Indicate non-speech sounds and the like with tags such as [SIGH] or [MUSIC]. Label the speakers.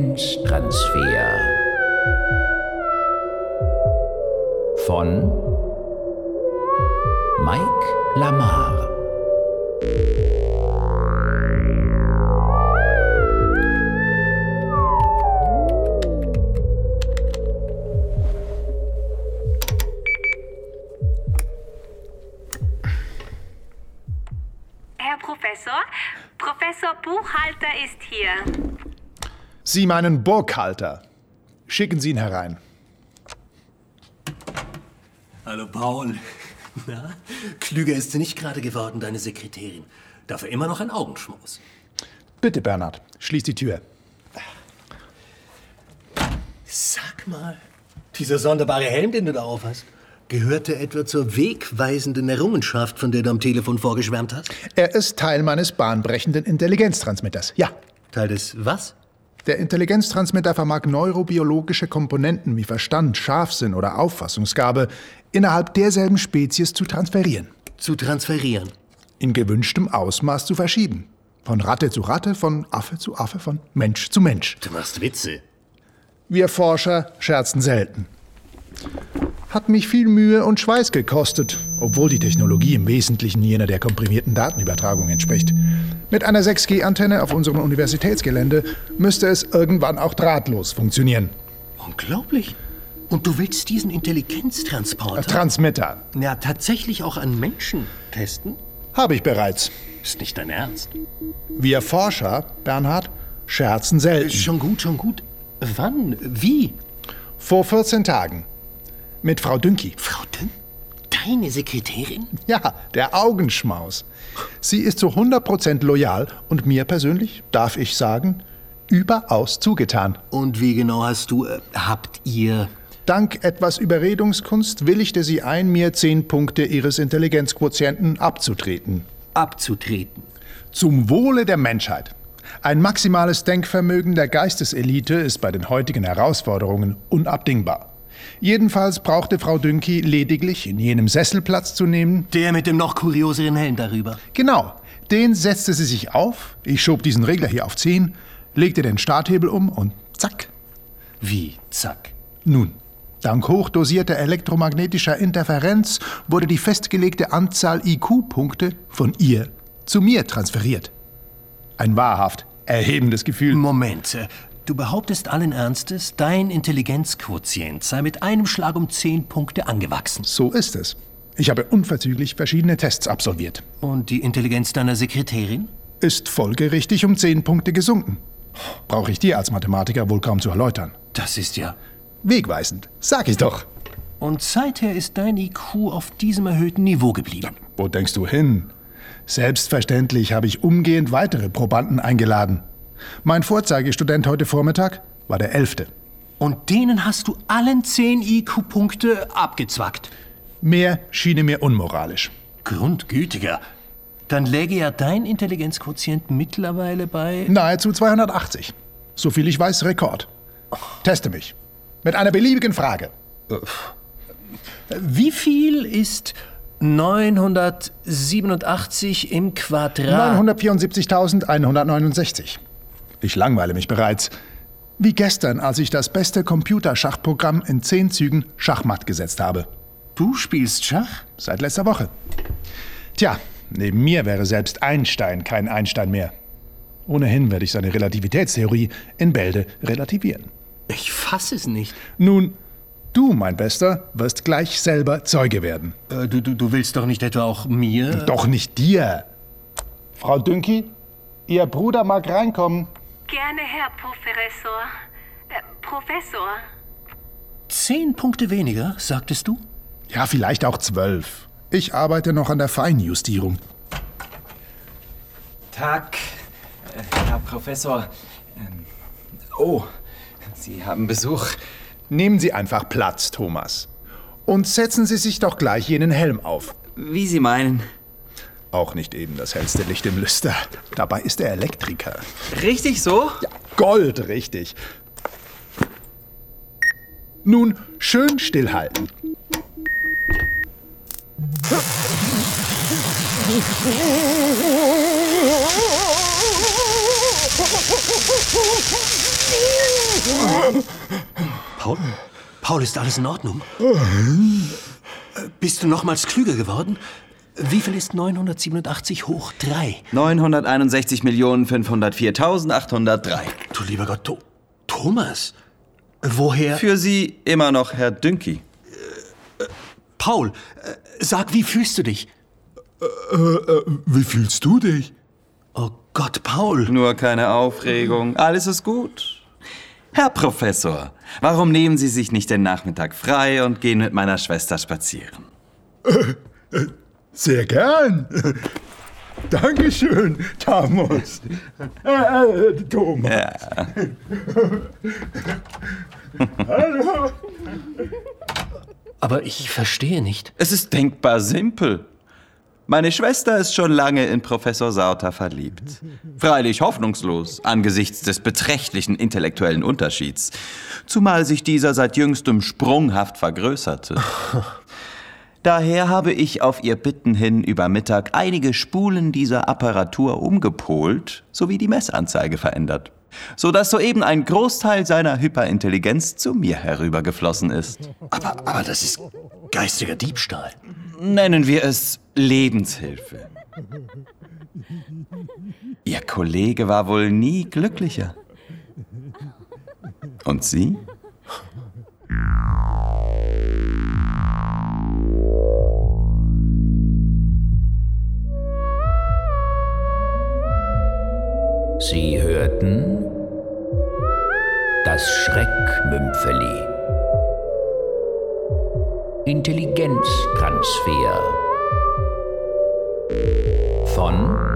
Speaker 1: Intelligenztransfer von Mike Lamar.
Speaker 2: Herr Professor, Professor Buchhalter ist hier.
Speaker 3: Sie meinen Burghalter. Schicken Sie ihn herein.
Speaker 4: Hallo Paul. [LAUGHS] Na, klüger ist sie nicht gerade geworden, deine Sekretärin. Dafür immer noch ein Augenschmaus.
Speaker 3: Bitte, Bernhard, schließ die Tür.
Speaker 4: Sag mal, dieser sonderbare Helm, den du da aufhast, gehört der etwa zur wegweisenden Errungenschaft, von der du am Telefon vorgeschwärmt hast?
Speaker 3: Er ist Teil meines bahnbrechenden Intelligenztransmitters. Ja,
Speaker 4: Teil des was?
Speaker 3: der Intelligenztransmitter vermag neurobiologische Komponenten wie Verstand, Scharfsinn oder Auffassungsgabe innerhalb derselben Spezies zu transferieren.
Speaker 4: Zu transferieren.
Speaker 3: in gewünschtem Ausmaß zu verschieben. Von Ratte zu Ratte, von Affe zu Affe, von Mensch zu Mensch.
Speaker 4: Du machst Witze.
Speaker 3: Wir Forscher scherzen selten. Hat mich viel Mühe und Schweiß gekostet, obwohl die Technologie im Wesentlichen jener der komprimierten Datenübertragung entspricht. Mit einer 6G-Antenne auf unserem Universitätsgelände müsste es irgendwann auch drahtlos funktionieren.
Speaker 4: Unglaublich. Und du willst diesen Intelligenztransporter
Speaker 3: Transmitter
Speaker 4: ja, tatsächlich auch an Menschen testen?
Speaker 3: habe ich bereits.
Speaker 4: Ist nicht dein Ernst.
Speaker 3: Wir Forscher, Bernhard, scherzen selten.
Speaker 4: Äh, Schon gut, schon gut. Wann? Wie?
Speaker 3: Vor 14 Tagen. Mit Frau Dünki.
Speaker 4: Frau Dünn? Deine Sekretärin?
Speaker 3: Ja, der Augenschmaus. Sie ist zu 100% loyal und mir persönlich, darf ich sagen, überaus zugetan.
Speaker 4: Und wie genau hast du, äh, habt ihr...
Speaker 3: Dank etwas Überredungskunst willigte sie ein, mir 10 Punkte ihres Intelligenzquotienten abzutreten.
Speaker 4: abzutreten?
Speaker 3: Zum Wohle der Menschheit. Ein maximales Denkvermögen der Geisteselite ist bei den heutigen Herausforderungen unabdingbar. Jedenfalls brauchte Frau Dünki lediglich in jenem Sessel Platz zu nehmen,
Speaker 4: Der mit dem noch kurioseren Helm darüber.
Speaker 3: Genau, den setzte sie sich auf, ich schob diesen Regler hier auf 10, legte den Starthebel um und zack.
Speaker 4: Wie? Zack.
Speaker 3: Nun, dank hochdosierter elektromagnetischer Interferenz wurde die festgelegte Anzahl IQ-Punkte von ihr zu mir transferiert. Ein wahrhaft erhebendes Gefühl.
Speaker 4: Moment, äh, du behauptest allen Ernstes, dein Intelligenzquotient sei mit einem Schlag um 10 Punkte angewachsen.
Speaker 3: So ist es. Ich habe unverzüglich verschiedene Tests absolviert.
Speaker 4: Und die Intelligenz deiner Sekretärin?
Speaker 3: Ist folgerichtig um 10 Punkte gesunken. Brauche ich dir als Mathematiker wohl kaum zu erläutern.
Speaker 4: Das ist ja...
Speaker 3: Wegweisend, sag ich doch.
Speaker 4: Und seither ist dein IQ auf diesem erhöhten Niveau geblieben.
Speaker 3: Wo denkst du hin? Selbstverständlich habe ich umgehend weitere Probanden eingeladen. Mein Vorzeigestudent heute Vormittag war der elfte.
Speaker 4: Und denen hast du allen 10 IQ-Punkte abgezwackt.
Speaker 3: Mehr schiene mir unmoralisch.
Speaker 4: Grundgütiger. Dann läge ja dein Intelligenzquotient mittlerweile bei...
Speaker 3: Nahezu 280. So viel ich weiß, Rekord. Teste mich. Mit einer beliebigen Frage.
Speaker 4: Wie viel ist 987 im Quadrat?
Speaker 3: 974.169. Ich langweile mich bereits. Wie gestern, als ich das beste Computerschachprogramm in zehn Zügen Schachmatt gesetzt habe.
Speaker 4: Du spielst Schach?
Speaker 3: Seit letzter Woche. Tja, neben mir wäre selbst Einstein kein Einstein mehr. Ohnehin werde ich seine Relativitätstheorie in Bälde relativieren.
Speaker 4: Ich fass es nicht.
Speaker 3: Nun, du, mein Bester, wirst gleich selber Zeuge werden.
Speaker 4: Äh, du, du, du willst doch nicht etwa auch mir...
Speaker 3: Doch nicht dir. Frau Dünki, Ihr Bruder mag reinkommen.
Speaker 2: Gerne, Herr Professor. Äh, Professor,
Speaker 4: Zehn Punkte weniger, sagtest du?
Speaker 3: Ja, vielleicht auch zwölf. Ich arbeite noch an der Feinjustierung.
Speaker 5: Tag, äh, Herr Professor. Ähm, oh, Sie haben Besuch.
Speaker 3: Nehmen Sie einfach Platz, Thomas. Und setzen Sie sich doch gleich jenen Helm auf.
Speaker 5: Wie Sie meinen.
Speaker 3: Auch nicht eben das hellste Licht im Lüster. Dabei ist er Elektriker.
Speaker 5: Richtig so?
Speaker 3: Ja, Gold, richtig. Nun, schön stillhalten.
Speaker 4: Paul? Paul, ist alles in Ordnung? Bist du nochmals klüger geworden? Wie viel ist 987 hoch 3?
Speaker 6: 961.504.803.
Speaker 4: Du lieber Gott, to Thomas? Woher?
Speaker 6: Für Sie immer noch Herr Dünki.
Speaker 4: Paul, äh, sag, wie fühlst du dich?
Speaker 3: Äh, Wie fühlst du dich?
Speaker 4: Oh Gott, Paul.
Speaker 6: Nur keine Aufregung. Alles ist gut. Herr Professor, warum nehmen Sie sich nicht den Nachmittag frei und gehen mit meiner Schwester spazieren?
Speaker 3: Sehr gern. [LAUGHS] Dankeschön, Thomas. Äh, äh, Thomas.
Speaker 4: Aber ich verstehe nicht.
Speaker 6: Es ist denkbar simpel. Meine Schwester ist schon lange in Professor Sauter verliebt. Freilich hoffnungslos angesichts des beträchtlichen intellektuellen Unterschieds, zumal sich dieser seit jüngstem sprunghaft vergrößerte. Daher habe ich auf ihr Bitten hin über Mittag einige Spulen dieser Apparatur umgepolt sowie die Messanzeige verändert, so dass soeben ein Großteil seiner Hyperintelligenz zu mir herübergeflossen ist.
Speaker 4: Aber, aber das ist geistiger Diebstahl.
Speaker 6: Nennen wir es Lebenshilfe. Ihr Kollege war wohl nie glücklicher. Und Sie?
Speaker 1: Sie hörten das Schreckmümpfeli. Intelligenztransfer von